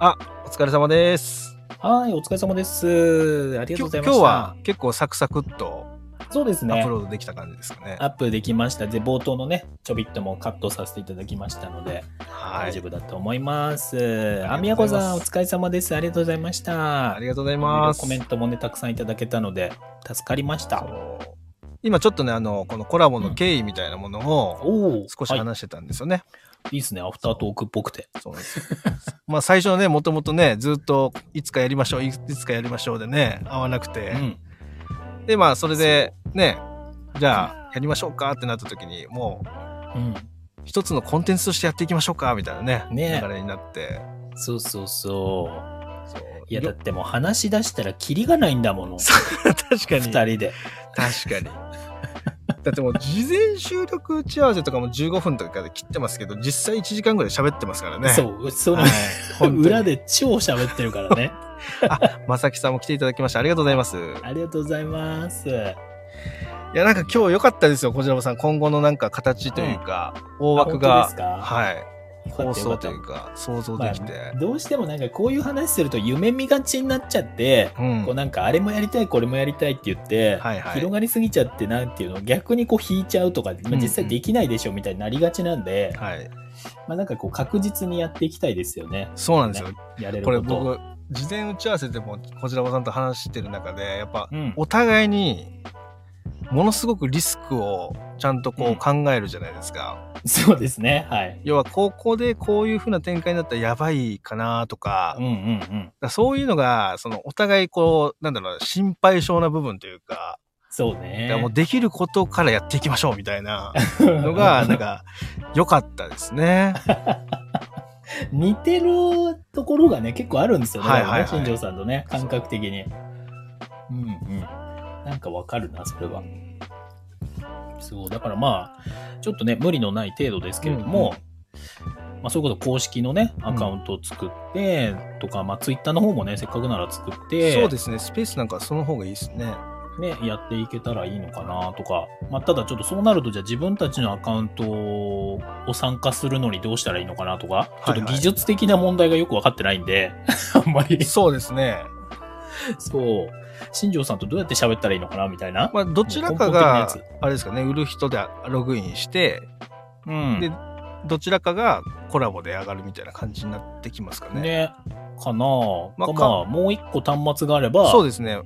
あ、お疲れ様です。はい、お疲れ様です。ありがと今うご日ざい今ました。日は結構サクサクっとそうですアッねプ。ロードできた感じですかね。アップできました。で、冒頭のね、ちょびっともカットさせていただきましたので、は大い丈。夫だと思います。ますあみやこさん、お疲れ様です。ありがとうございました。ありがとうございます。コメントもね、たくさんいただけたので、助かりました。そう今ちょっとね、あの、このコラボの経緯みたいなものをおお、少しは話してたんですよね。い、いいですね。アフタートークっぽくて。そうなんです よ。まあ最初はね、もともとね、ずっといつかやりましょう、いいつかやりましょうでね、合わなくて。うん。で、まあそれでね、じゃあやりましょうかってなった時に、もううん。一つのコンテンツとしてやっていきましょうかみたいなね、ねえ流れになって。そうそうそう。そういや、だってもう話し出したらキリがないんだもの。そう確かに。二人で。確かに。だってもう事前収録打ち合わせとかも15分とかで切ってますけど、実際1時間ぐらい喋ってますからね。そう、そのはい。本当に裏。で超喋ってるからね。まさきさんも来ていただきましてありがとうございます。いありがとうございます。や、なんか今日良かったですよ、こちらもさん。今後のなんか形というか、大枠が、ははい。い、放送というかか、想像できて。どうしてもなんかこういう話すると夢見がちになっちゃって、うんこう。なんかあれもやりたいこれもやりたいって言って、はいはい広がりすぎちゃってなんていうの逆にこう引いちゃうとか、まあ、実う際んできないでしょみたいになりがちなんで、はい。まあなんかこう確実にやっていきたいですよねそうなんですよ。やれるここれと僕、事前打ち合わせでも、こちらもさんと話してる中で、やっぱ、うん、 お互いにものすごくリスクをちゃんとこう考えるじゃないですか、そうですねはい要はここでこういう風な展開になったらやばいかなとか,、うんうんうんそういうのがそのお互いこうなんだろうな心配性な部分というか,、そうねもうできることからやっていきましょうみたいなのがなんか良かったですね。似てるところがね結構あるんですよね、はいはいはいだからね新庄さんとね感覚的にうんうんなんかわかるなそれはそうだからまあちょっとね無理のない程度ですけれども、まあ、そういうこと公式のねアカウントを作って、とか、まあ、ツイッターの方もねせっかくなら作ってそうですねスペースなんかその方がいいですね。ね、やっていけたらいいのかなとか、まあ、ただちょっとそうなるとじゃあ自分たちのアカウントを参加するのにどうしたらいいのかなとか、はいはいちょっと技術的な問題がよく分かってないんで あんま りそうですね。そう新庄さんとどうやって喋ったらいいのかなみたいな、まあどちらか根本が的なあれですかね売る人でログインしてうんでねどちらかがコラボで上がるみたいな感じになってきますかね。かなあまあかかまあもう一個端末があればそうですね。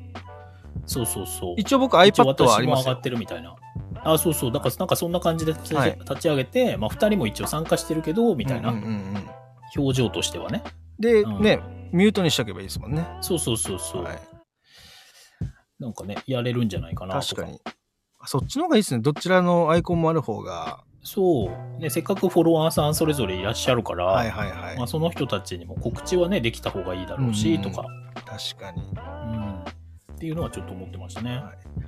そうそうそう一応僕一応 iPad はあ私りもま上すがよっ。てるみたいなあそうそうだからなんかそんな感じで立ち,、はい上げて、まあ、2人も一応参加してるけどみたいな、うんうんうんうん表情としてはねで、うんね、ミュートにしとけばいいですもんね。そうそうそうそう、はい、なんかね、やれるんじゃないかな確とかに。あそっちの方がいいですね。どちらのアイコンもある方が。そう、ね、せっかくフォロワーさんそれぞれいらっしゃるから、はいはいはい。まあ、その人たちにも告知はね、できた方がいいだろうし、うんとか、確かに。うん、っていうのはちょっと思ってましたね。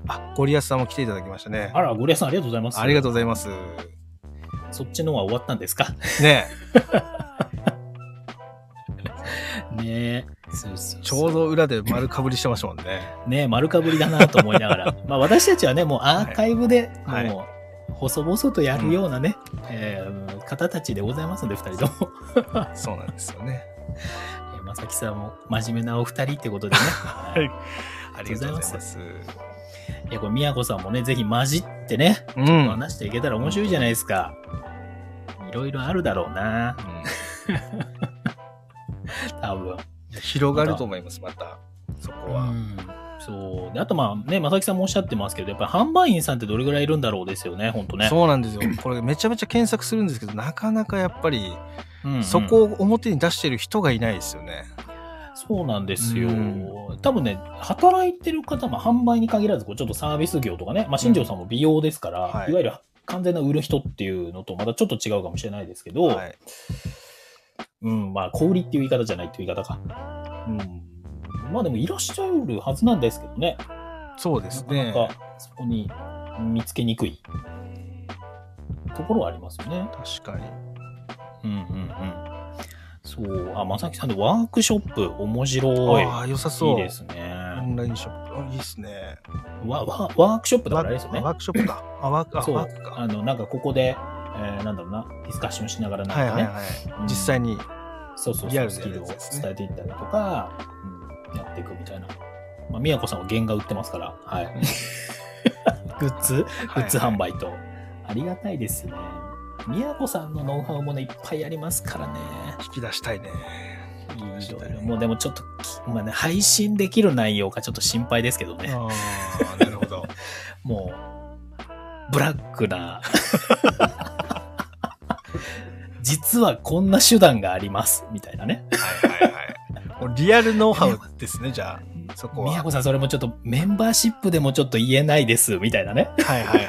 あ、ゴリアスさんも来ていただきましたね。あら、ゴリアさんありがとうございます。ありがとうございます。そっちのは終わったんで すかね、ねえ。そうそうそうちょうど裏で丸かぶりしてましたもんね。ねえ丸かぶりだなと思いな がら。まあ私たちはね、もうアーカイブで、はいもう、細々とやるようなね、えー方たちでございますので、二 人とも。そうなんですよね。えーまさきさんも真面目なお二人ってことで ね。はいありがとうございます。いや、これ、みやこさんもね、ぜひ混じってね、うん。うん話していけたら面白いじゃないですか。いろいろあるだろうな、多分。広がると思います、また。そこは。そう。で、あと、まあね、まさきさんもおっしゃってますけど、やっぱり販売員さんってどれぐらいいるんだろうですよね、ほんとね。そうなんですよ。これめちゃめちゃ検索するんですけど、なかなかやっぱり、うんうんそこを表に出してる人がいないですよね。そうなんですよ、うん多分ね、働いてる方も販売に限らず、こうちょっとサービス業とかね、まあ、新庄さんも美容ですから、はいい、わゆる完全な売る人っていうのとまたちょっと違うかもしれないですけど、はい。うん、まあ、小売りっていう言い方じゃないっていう言い方か。うん。まあでも、いらっしゃるはずなんですけどね。そうでなすかねな。か、そこに見つけにくいところはありますよね。確かに。うんうんうん。そう。あ、まさきさんでワークショップ、面白い。ああ、良さいいそう。ですオね。ンラインショップ。あいいですね。わわワークショップだからあれですよねあ。ワークショップか。あ、ワーク、あ、そワうーク。か。あの、なんかここで、えーなんだろうな、ディスカッションしながらなんはいかはいね。はい。うん実際にそうそうリアルなそう、スキルやをつですね伝えていったりとか、うん、やっていくみたいな。まあ、みやこさんは原画売ってますから、はい。 グッズ、グッズ販売と。ありがたいですね。みやこさんのノウハウもね、いっぱいありますからね。引き出したいね。いろいろ。もうでもちょっとき、まあね、配信できる内容かちょっと心配ですけどね。ああ、なるほど。もう、ブラッ クな。実はこんな手段があります、みたいなね。はいはいはい。もうリアルノウハウですね、じゃあ。そこは。みやはこさん、それもちょっとメンバーシップでもちょっと言えないです、みたいな ね。いはいはいはい。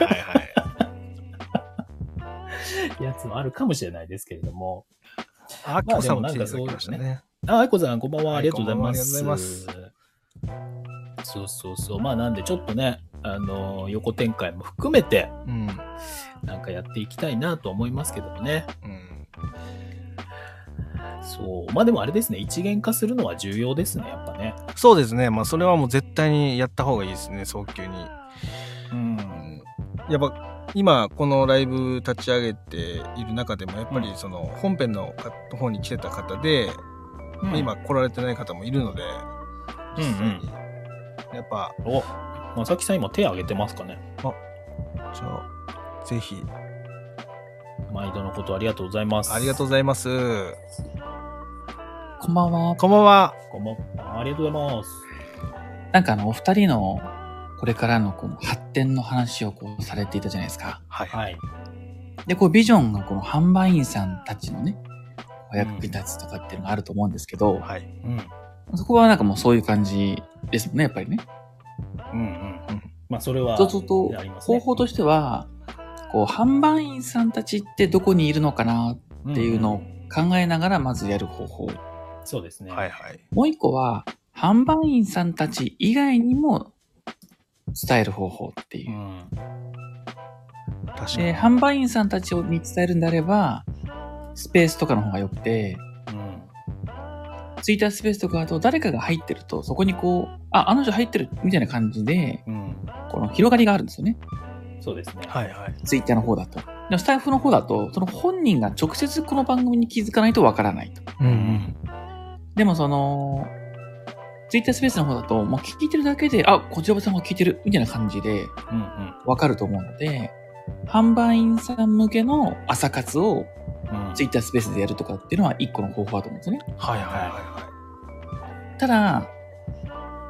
やつもあるかもしれないですけれども。あっこさんも来ていただきましたね。あ、愛子さん、こんばんは。はいありがとうございます。こんばんはありがとそうそうそう。まあ、なんで、ちょっとね、あの、横展開も含めて、うん。なんかやっていきたいなと思いますけどもね。うん。そう。まあ、でもあれですね。一元化するのは重要ですね、やっぱね。そうですね。まあ、それはもう絶対にやった方がいいですね、早急に。うん。やっぱ、今、このライブ立ち上げている中でも、やっぱりその、本編の方に来てた方で、今来られてない方もいるので、うんうん実際に。やっぱ、お、まさきさん今手挙げてますかね。じゃあぜひ、毎度のことありがとうございます。ありがとうございます。こんばんは。こんばんは。こんばんは。ありがとうございます。なんかあの、お二人のこれからのこの発展の話をこうされていたじゃないですか。はい。はい。で、こうビジョンがこの販売員さんたちのね、お役に立つとかっていうのがあると思うんですけど、はい。うん。そこはなんかもうそういう感じですもんね、やっぱりね。うんうんうん。まあ、それは、そうするとあり、ますね方法としては、こう、販売員さんたちってどこにいるのかなっていうのを考えながらまずやる方法。そうですね。はいはい。もう一個は、販売員さんたち以外にも伝える方法っていうう。ん。確かに。で、販売員さんたちに伝えるんであれば、スペースとかの方が良くて、うん。ツイッタースペースとかだと誰かが入ってると、そこにこう、あ、あの人入ってるみたいな感じで、うん。この広がりがあるんですよね。そうですね。はいはい。ツイッターの方だと。でもスタッフの方だと、その本人が直接この番組に気づかないとわからないと。うんでもその、ツイッタースペースの方だと、もう聞いてるだけで、あ、こちらばさんが聞いてるみたいな感じで、うんうん。わかると思うので、販売員さん向けの朝活をうんツイッタースペースでやるとかっていうのは一個の方法だと思うんですよね。はいはいはただ、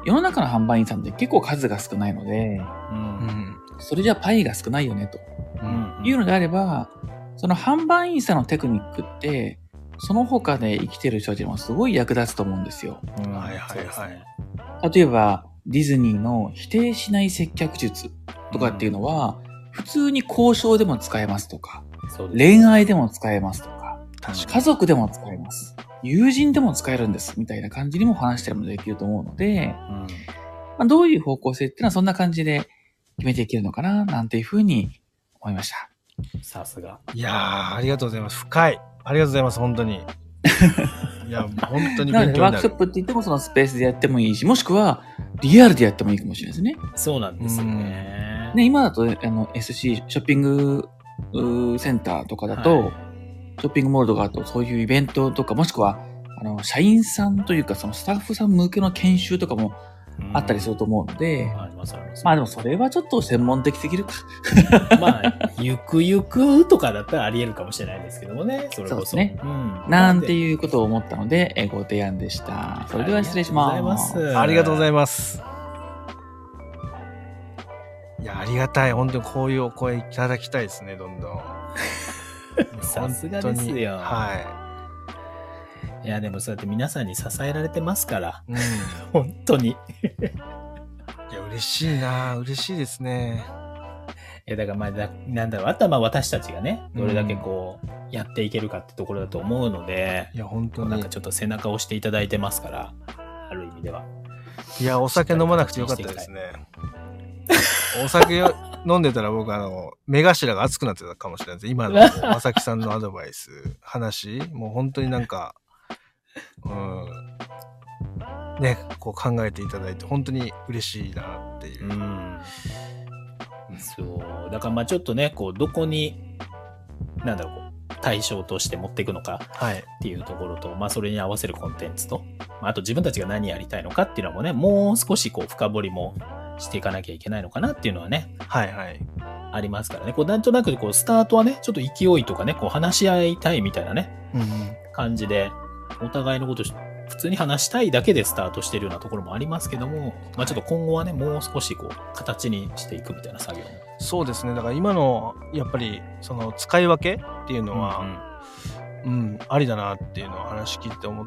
世の中の販売員さんって結構数が少ないので、ういはい。んん。それじゃパイが少ないよねとうん。うん。いうのであれば、その販売員さんのテクニックって、その他で生きてる人たちにもすごい役立つと思うんですよ。うんはいはいはいそうですね例えば、ディズニーの否定しない接客術とかっていうのは、普通に交渉でも使えますとか、そうです恋愛でも使えますとか、確か家族でも使えます。友人でも使えるんです。みたいな感じにも話したりもできると思うので、うんまあ、どういう方向性っていうのはそんな感じで決めていけるのかな、なんていうふうに思いました。さすが。に。いやー、ありがとうございます。深い。ありがとうございます、本当に。いや、本当にな勉強ので、にワなーる。クショップって言ってもそのスペースでやってもいいし、もしくはリアルでやってもいいかもしれないですね。そうなんですよね。ね、今だと、あの、SC、ショッピングうーセンターとかだと、はいショッピングモールとかだとそういうイベントとか、もしくは、あの、社員さんというか、そのスタッフさん向けの研修とかもうんあったりすると思うので、ありますあります。まあでもそれはちょっと専門的すぎるか。まあ、ゆくゆくとかだったらあり得るかもしれないですけどもね、それこそ。そうですねうんなんていうことを思ったので、えご提案でした。それでは失礼します。ありがとうございいます。いや、ありがたい。本当にこういうお声いただきたいですね、どんどん。いや さすがですよ本当にはます。いや、でもそうやって皆さんに支えられてますから、い。うん。い本当に。いや、嬉しいな嬉しいですね。や、だからまあ、だなんだろう、あとはまあ私たちがね、どれだけこう、やっていけるかってところだと思うので、いや、本当なんにか。ちょっと背中を押していただいてますから、ある意味では。いや、お酒飲まなくてよかったですね。お酒を飲んでたら僕、あの、目頭が熱くなってたかもしれないです。今の、 まさきさんのアドバイス、話、もう本当になんか、うん。ね、こう考えていただいて、本当に嬉しいなっていうう。ん。そう。だからまあちょっとね、こう、どこに、なんだろう、こう対象として持っていくのかはい。っていうところと、まあ、それに合わせるコンテンツと、まあ、あと自分たちが何やりたいのかっていうのもね、もう少しこう深掘りもしていかなきゃいけないのかなっていうのはね、はいはい。ありますからね、こうなんとなくこうスタートはね、ちょっと勢いとかね、こう話し合いたいみたいなね、うんうん。感じで、お互いのことし普通に話したいだけでスタートしてるようなところもありますけども、まあ、ちょっと今後はね、もう少しこう形にしていくみたいな作業も。そうですね。だから今の、やっぱり、その使い分けっていうのは、うん、ありだなっていうのを話聞いて思っ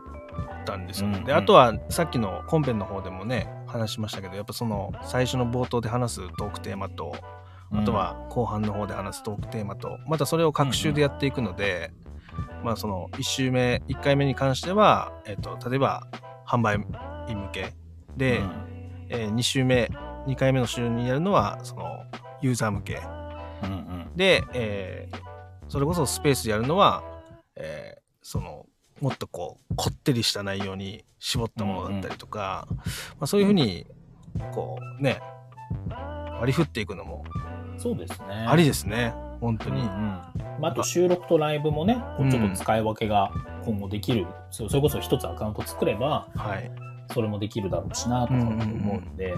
たんですよ、うんうんであとはさっきの本編の方でもね話しましたけどやっぱその最初の冒頭で話すトークテーマとあとは後半の方で話すトークテーマとまたそれを各週でやっていくので、まあその1週目1回目に関しては、えっと例えば販売員向けうん、で、え2週目2回目の週にやるのはそのユーザー向けうんうんで、えーそれこそスペースやるのは、えーそのもっとこうこってりした内容に絞ったものだったりとか、まあ、そういうふうにこうね割り振っていくのもうんそうですね。ありですね、本当に、うんまあ、あと収録とライブもね、こうちょっと使い分けが今後できる、そうそれこそ一つアカウント作れば、はいそれもできるだろうしなとか思うんで、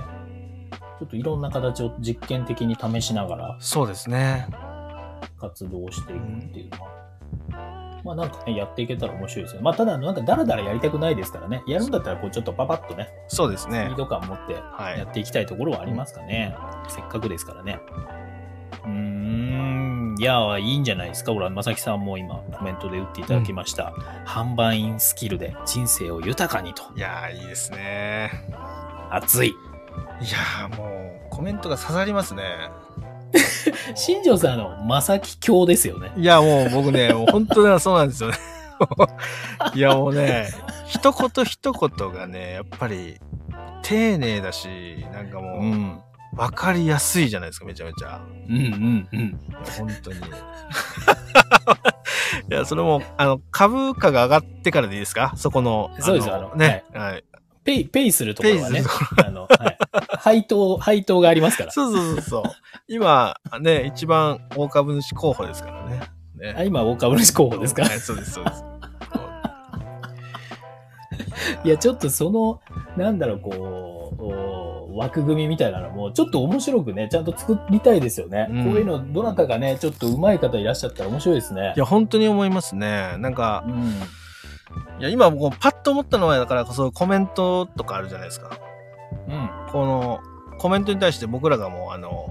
ちょっといろんな形を実験的に試しながらそうですね活動していくっていうのは、まあなんかね、やっていけたら面白いですよね。まあただ、なんかダラダラやりたくないですからね、やるんだったらこうちょっとパパッとね、そうですスピねード感持ってはやいっていきたいところはありますかね。せっかくですからね。うーん、いや、いいんじゃないですか。ほら、まさきさんも今、コメントで打っていただきました。販売員スキルで人生を豊かにと。いやーいいですね熱い。いやーもうコメントが刺さります ね新庄さんのまさき教ですよね。いや、もう僕ね、もう本当にそうなんですよ ね。いや、もうね、一言一言がね、やっぱり丁寧だし、なんかうもん。う分かりやすいじゃないですか、めちゃめちゃ。うんうんうん。いや本当 に。いや、それも、あの、株価が上がってからでいいですかそこの。そうですよあのね、はい。ペイ、ペイするところはペイねすると、あの、はい。配当、配当がありますから。そうそうそうそう。今、ね、一番大株主候補ですからね。ねあ今、大株主候補ですかはいそうです、そうです。いや、ちょっとその、なんだろう、こうお、枠組みみたいなのも、ちょっと面白くね、ちゃんと作りたいですよね。うんこういうの、どなたかね、ちょっと上手い方いらっしゃったら面白いですね。いや、本当に思いますね。なんか、うん。いや、今もうパッと思ったのは、だから、そういうコメントとかあるじゃないですか。うん。この、コメントに対して僕らがもう、あの、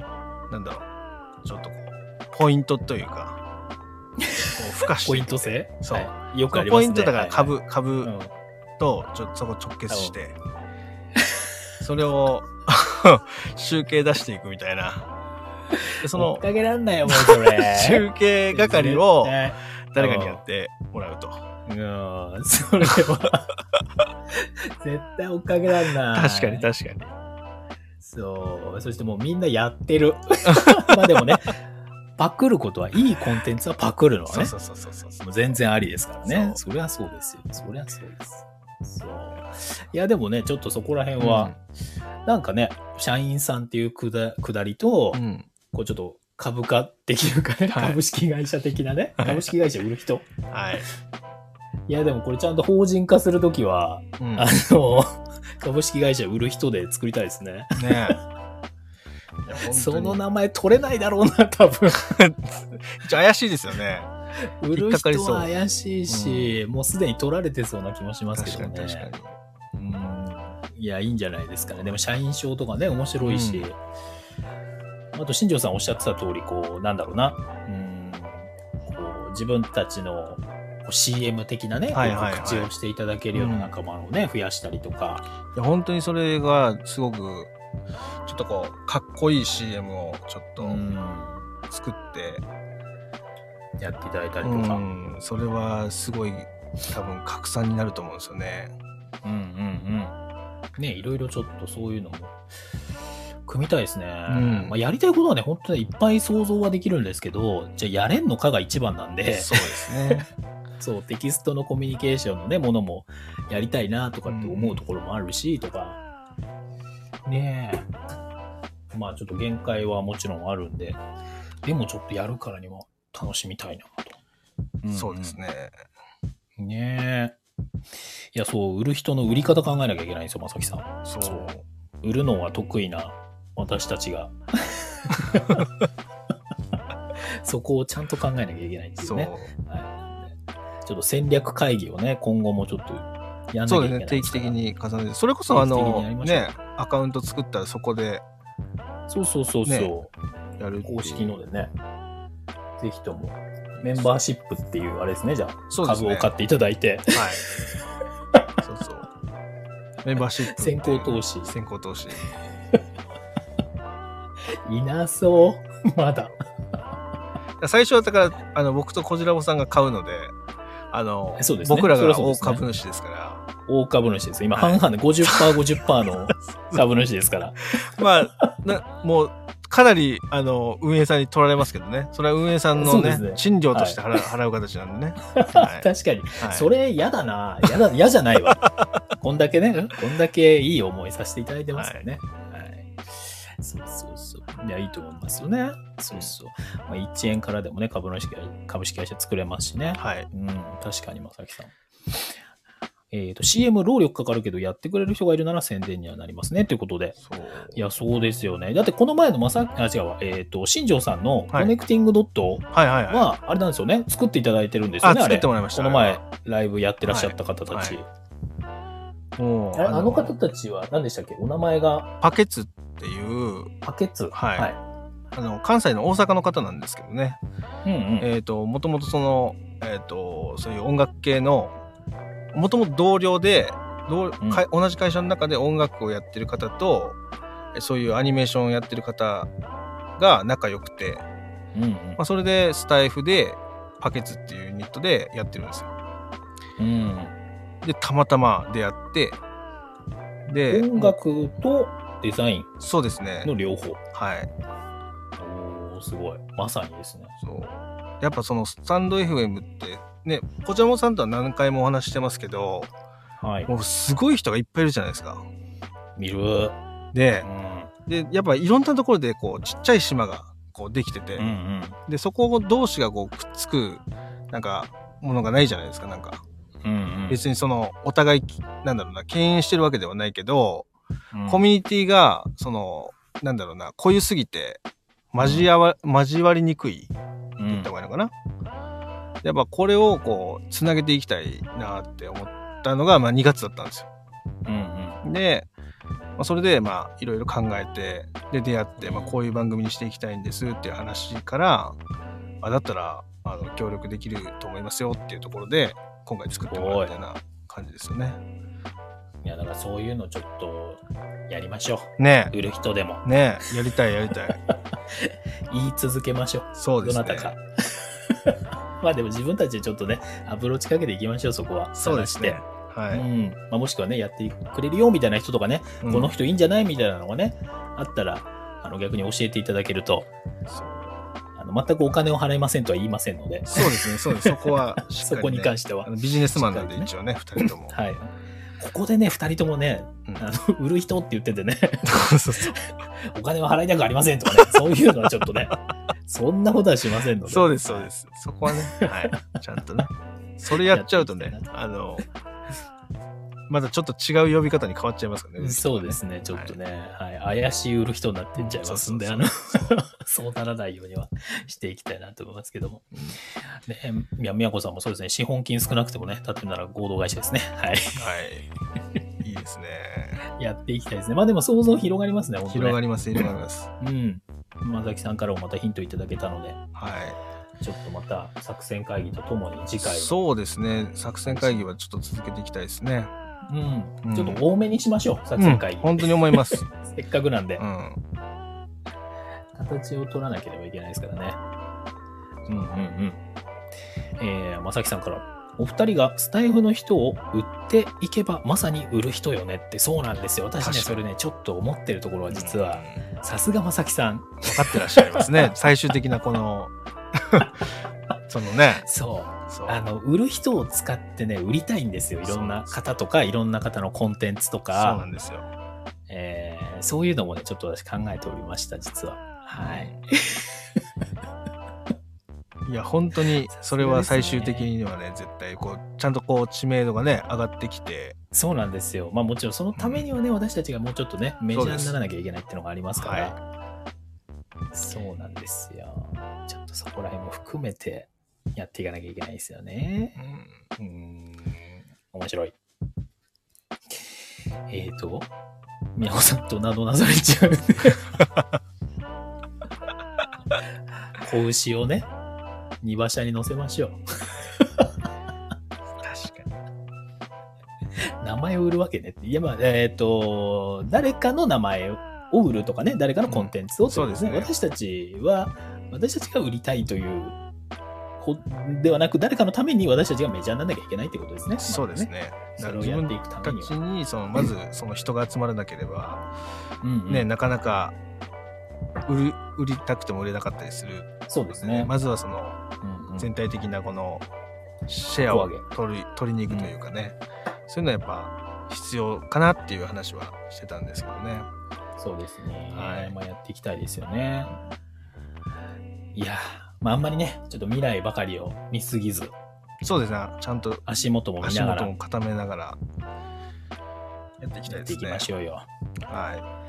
なんだろう、ちょっとこう、ポイントというか、こう、付加して。 ポイント制そうはいよくありまポすイね。ントだから株、はいはい株うんと、ちょっとそこ直結して、それを、 集計出していくみたいな。でそ追のっ、かけらんないよ、もうそれ。 集計係をね誰かにやってもらうと。うん、それは、絶対追っかけらんない。確かに確かに。そう。そしてもうみんなやってる。 まあでもね、パクることはいいコンテンツはパクるのはそうね。そうそうそうそう。もう全然ありですからね。そりゃそうですよ。そりゃそうです。そう。いやでもね、ちょっとそこら辺は、なんかね、社員さんっていうくだくだりと、うん、うんこうちょっと株価的いうかね、はい株式会社的なね、はい株式会社売る人。はい。いやでもこれちゃんと法人化するときは、うんあの、株式会社売る人で作りたいですね。ねえ。いや本当にその名前取れないだろうな、多 分。ちょ怪しいですよね。売引っるかかり人そうは怪しいし、もうすでに取られてそうな気もしますけどね。うんいや、いいんじゃないですかね。でも、社員証とかね、面白いし。うあと、新庄さんおっしゃってた通り、こう、なんだろうな。うん、こう、自分たちのこう CM 的なね、こうはいはいはい告知をしていただけるような仲間をね、増やしたりとか。いや本当にそれがすごくちょっとこうかっこいい CM をちょっうとん作って、やっていただいたりうとか。んそれはすごい多分拡散になると思うんですよね。うんうんうん。ねいろいろちょっとそういうのも組みたいですね。んまあ、やりたいことはね、本当にいっぱい想像はできるんですけど、じゃあやれんのかが一番なんで、そうです ね。そう、テキストのコミュニケーションのね、ものもやりたいなとかって思うところもあるし、とか、ねえ。まあちょっと限界はもちろんあるんで、でもちょっとやるからには楽しみたいなとんそうです。ね。ねえ。いや、そう、売る人の売り方考えなきゃいけないんですよ、まさきさん。そう。売るのは得意な私た ちが。そこをちゃんと考えなきゃいけないんですそよう。ね。はい、ちょっと戦略会議をね、今後もちょっとやんなきそゃういけでなすいね。定です期から的。に重ねて。それこそ、あ定期的にやりの、ましょうね、アカウント作ったらそこでそうそうそうそう、ねやるっていう公式のでね。ぜひとも。メンバーシップっていうあれですね、じゃあ。そうです株ねを買っていただいて、はい。そうそう。メンバーシップ。先行投資。先行投資。いなそう。まだ。最初はだから、あの、僕とこじらぼさんが買うので、あの、そうですね僕らそりゃがそうで大すね株主ですから、大株主です。今、は半い々で50%、50%の 株主ですから。まあ、なもう、かなり、あの、運営さんに取られますけどね。それは運営さんそのうでね、すね賃料として払う,、 払う形なんでね。はい。確かに。はいそれ嫌だな。嫌だ、嫌じゃな いわ。こんだけね、こんだけいい思いさせていただいてますよね。はい。そうそうそう。いや、いいと思いますよね。そうそう。まあ、1円からでもね、株主会株式会社作れますしね。はい。うん、確かに、まさきさん。えっ、と、CM 労力かかるけど、やってくれる人がいるなら宣伝にはなりますね、ということで。そう。いや、そうですよね。だって、この前のまさ、あ、違うわ、えっ、と、新庄さんのコはいネクティングドットはいはいはい。は、あれなんですよね、作っていただいてるんですよあ、ね、あ作れってもらいました。この前、ライブやってらっしゃった方たはいち。もうあれあの方たちは何でしたっけお名前がパケツっていう、パケツ。はいあの、関西の大阪の方なんですけどね。いうんうん。えっ、と、もともとその、えっ、と、そういう音楽系の、もともと同僚で、同うんか同じ会社の中で音楽をやってる方と、えそういうアニメーションをやってる方が仲良くて、うんうんまあ、それでスタイフで、パケツっていうユニットでやってるんですよ。うんで、たまたま出会って、で、音楽とデザインそうですねの。両方。はい。おー、すごい。まさにですね。そう。やっぱそのスタンド FM って、ね、こちらもさんとは何回もお話ししてますけど、はい。もうすごい人がいっぱいいるじゃないですか。見る。うん。で、で、やっぱいろんなところでこう、ちっちゃい島がこうできてて、うんうん。で、そこ同士がこう、くっつく、なんか、ものがないじゃないですか、なんか。うん別にその、お互い、なんだろうな、敬遠してるわけではないけど、うん。コミュニティが、その、なんだろうな、濃ゆすぎて、交わ、交わりにくい。うんった方がいいのかな。やっぱこれをこう、つなげていきたいなって思ったのが、まあ2月だったんですよ。うんうん。で、まあ、それでまあいろいろ考えて、で出会って、まあこういう番組にしていきたいんですっていう話から、あだったら、あの、協力できると思いますよっていうところで、今回作ってもらうみたいな感じですよね。いや、だからそういうのちょっとやりましょねう。売る人でも。え。ねえ、やりたいやりたい。言い続けましょう。そうでどすなね。たか。 まあでも自分たちでちょっとね、アプローチかけていきましょう、そこは。そうですね。探はい。して。うんまあ、もしくはね、やってくれるよみたいな人とかね、この人人いいんじゃないみたいなのがね、あったら、あの逆に教えていただけると、あの全くお金を払いませんとは言いませんので、そうですね、そうです。そこはしっかりね、そこに関してはあのビジネスマンなんで一応ね、二人 とも。はい。ここでね、2人ともね、うんあの売る人って言っててね、 そうそうそうお金は払いたくありませんとかね、そういうのはちょっとね、そんなことはしませんので。そうです、そうです。そこはね、はい、ちゃんとね。それやっちゃうとやってねいき、たあの、まだちょっと違う呼び方に変わっちゃいますからね。そうですね、ちょっとね、はい怪しい売る人になってっちゃいますんで、そあうのそう、そうならないようにはしていきたいなと思いますけども。ね、いや、宮子さんもそうですね、資本金少なくてもね、立ってるなら合同会社ですね。 はい。はい。いい ですね。やっていきたいですね。まあでも想像広がりますね、本当ね。広がります、広がります。うん。山崎さんからもまたヒントいただけたので、はちょっとまた作戦会議とともにい。次回、そうですね。作戦会議はちょっと続けていきたいですね。う、うんんちょっと多めにしましょう、作うん戦会議。本当に思います。せっかくなんでう、ん。形を取らなければいけないですからね。うんうんうん。えー、まさきさんから、お二人がスタイフの人を売っていけばまさに売る人よねってそうなんですよ。私ね、確かそにれね、ちょっと思ってるところは実うは、んさすがまさきさん。分かってらっしゃいますね。最終的なこ の、そのね、そう。そう。あの、売る人を使ってね、売りたいんですよ。いろんなそう方とか、いろんな方のコンテンツとそうなかん、ですよ。えーそういうのもね、ちょっと私考えておりました、実は。はい。いや、本当に、それは最終的にはね、絶対、こう、ちゃんとこう、知名度がね、上がってきて、そうなんですよ。まあもちろんそのためにはね、私たちがもうちょっとね、メジャーにならなきゃいけないっていうのがありますから。そうなんですよ。ちょっとそこら辺も含めてやっていかなきゃいけないですよねう。ん、うーん、面白い。えーと、みなこさんとなどなぞれちゃうね。 子牛をね、荷馬車に乗せましょう。確か名前を売るわけねって。いや、まあ、えっ、と、誰かの名前を売るとかね、誰かのコンテンツを、うんそうですね私たちは、私たちが売りたいという、こではなく、誰かのために私たちがメジャーにならなきゃいけないってことですね。に。そうです。ね。だそかられを自やっ分ていくたためにちは。に、その、まず、その人が集まらなければ、うんうんね、なかなか、売る、売りたくても売れなかったりするそうのでですね。まずはその、うんうん全体的なこのシェアを底上取り取りに行くというかね、そういうのはやっぱ必要かなっていう話はしてたんですけどね。そうですね。はいまあ、やっていきたいですよね。いやー、まあ、あんまりね、ちょっと未来ばかりを見すぎず、そうですね、ちゃんと足元も見足なが元らも固めながらやっていきたやいっですていきね。ましょうよ。は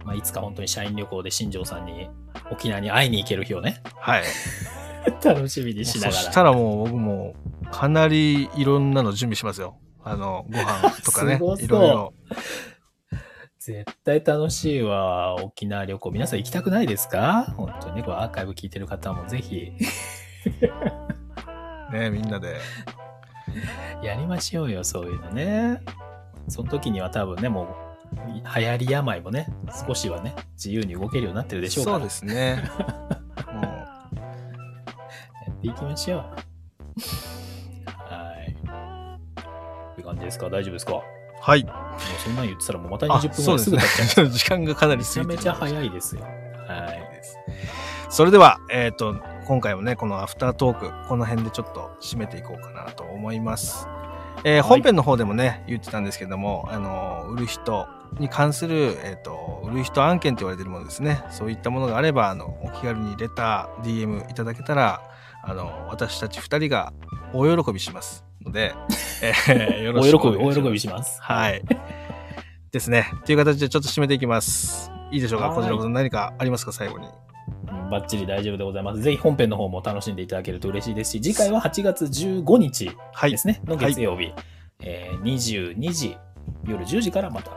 い。まあ、いつか本当に社員旅行で新庄さんに沖縄に会いに行ける日をね、はい、楽しみに しなそがら。したらもう僕もかなりいろんなの準備しますよ。あの、ご飯とかね すご、そういろいろ。絶対楽しいわ、沖縄旅行。皆さん行きたくないですか本当にね、これアーカイブ聞いてる方もぜひ ね、みんなで。やりましょうよ、そういうのね。その時には多分ね、もう、流行り病もね、少しはね、自由に動けるようになってるでしょうかそらう。です ね。もうやっていきましょう。はい。って感じですか大丈夫ですかもはい。うそんなん言ってたらもうまたあ、 20分ぐそらういですすぐね経っちゃう。。 時間がかなりめち過ゃぎてめしちまゃいました早いですよ。はい。それでは、えっ、と、今回もね、このアフタートーク、この辺でちょっと締めていこうかなと思います。えーい本編の方でもね、言ってたんですけども、あの、売る人に関する、えっ、と、売る人案件と言われてるものですね。そういったものがあれば、あの、お気軽にレター、DM いただけたら、あの、私たち二人が大喜びしますので、えー よおろ喜しび、く願いしまおす喜びします。はい。ですね。という形でちょっと締めていきます。いいでしょうかはいこちらこそ何かありますか最後に。うんバッチリ大丈夫でございます。ぜひ本編の方も楽しんでいただけると嬉しいですし、次回は8月15日はいで。すね、の月曜日、えー22時、夜10時からまた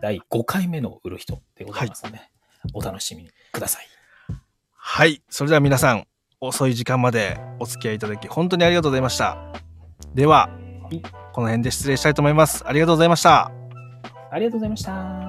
第5回目の売る人でございますので、お楽しみにください。はい。それでは皆さん、遅い時間までお付き合いいただき、本当にありがとうございました。では、この辺で失礼したいと思います。ありがとうございました。ありがとうございました。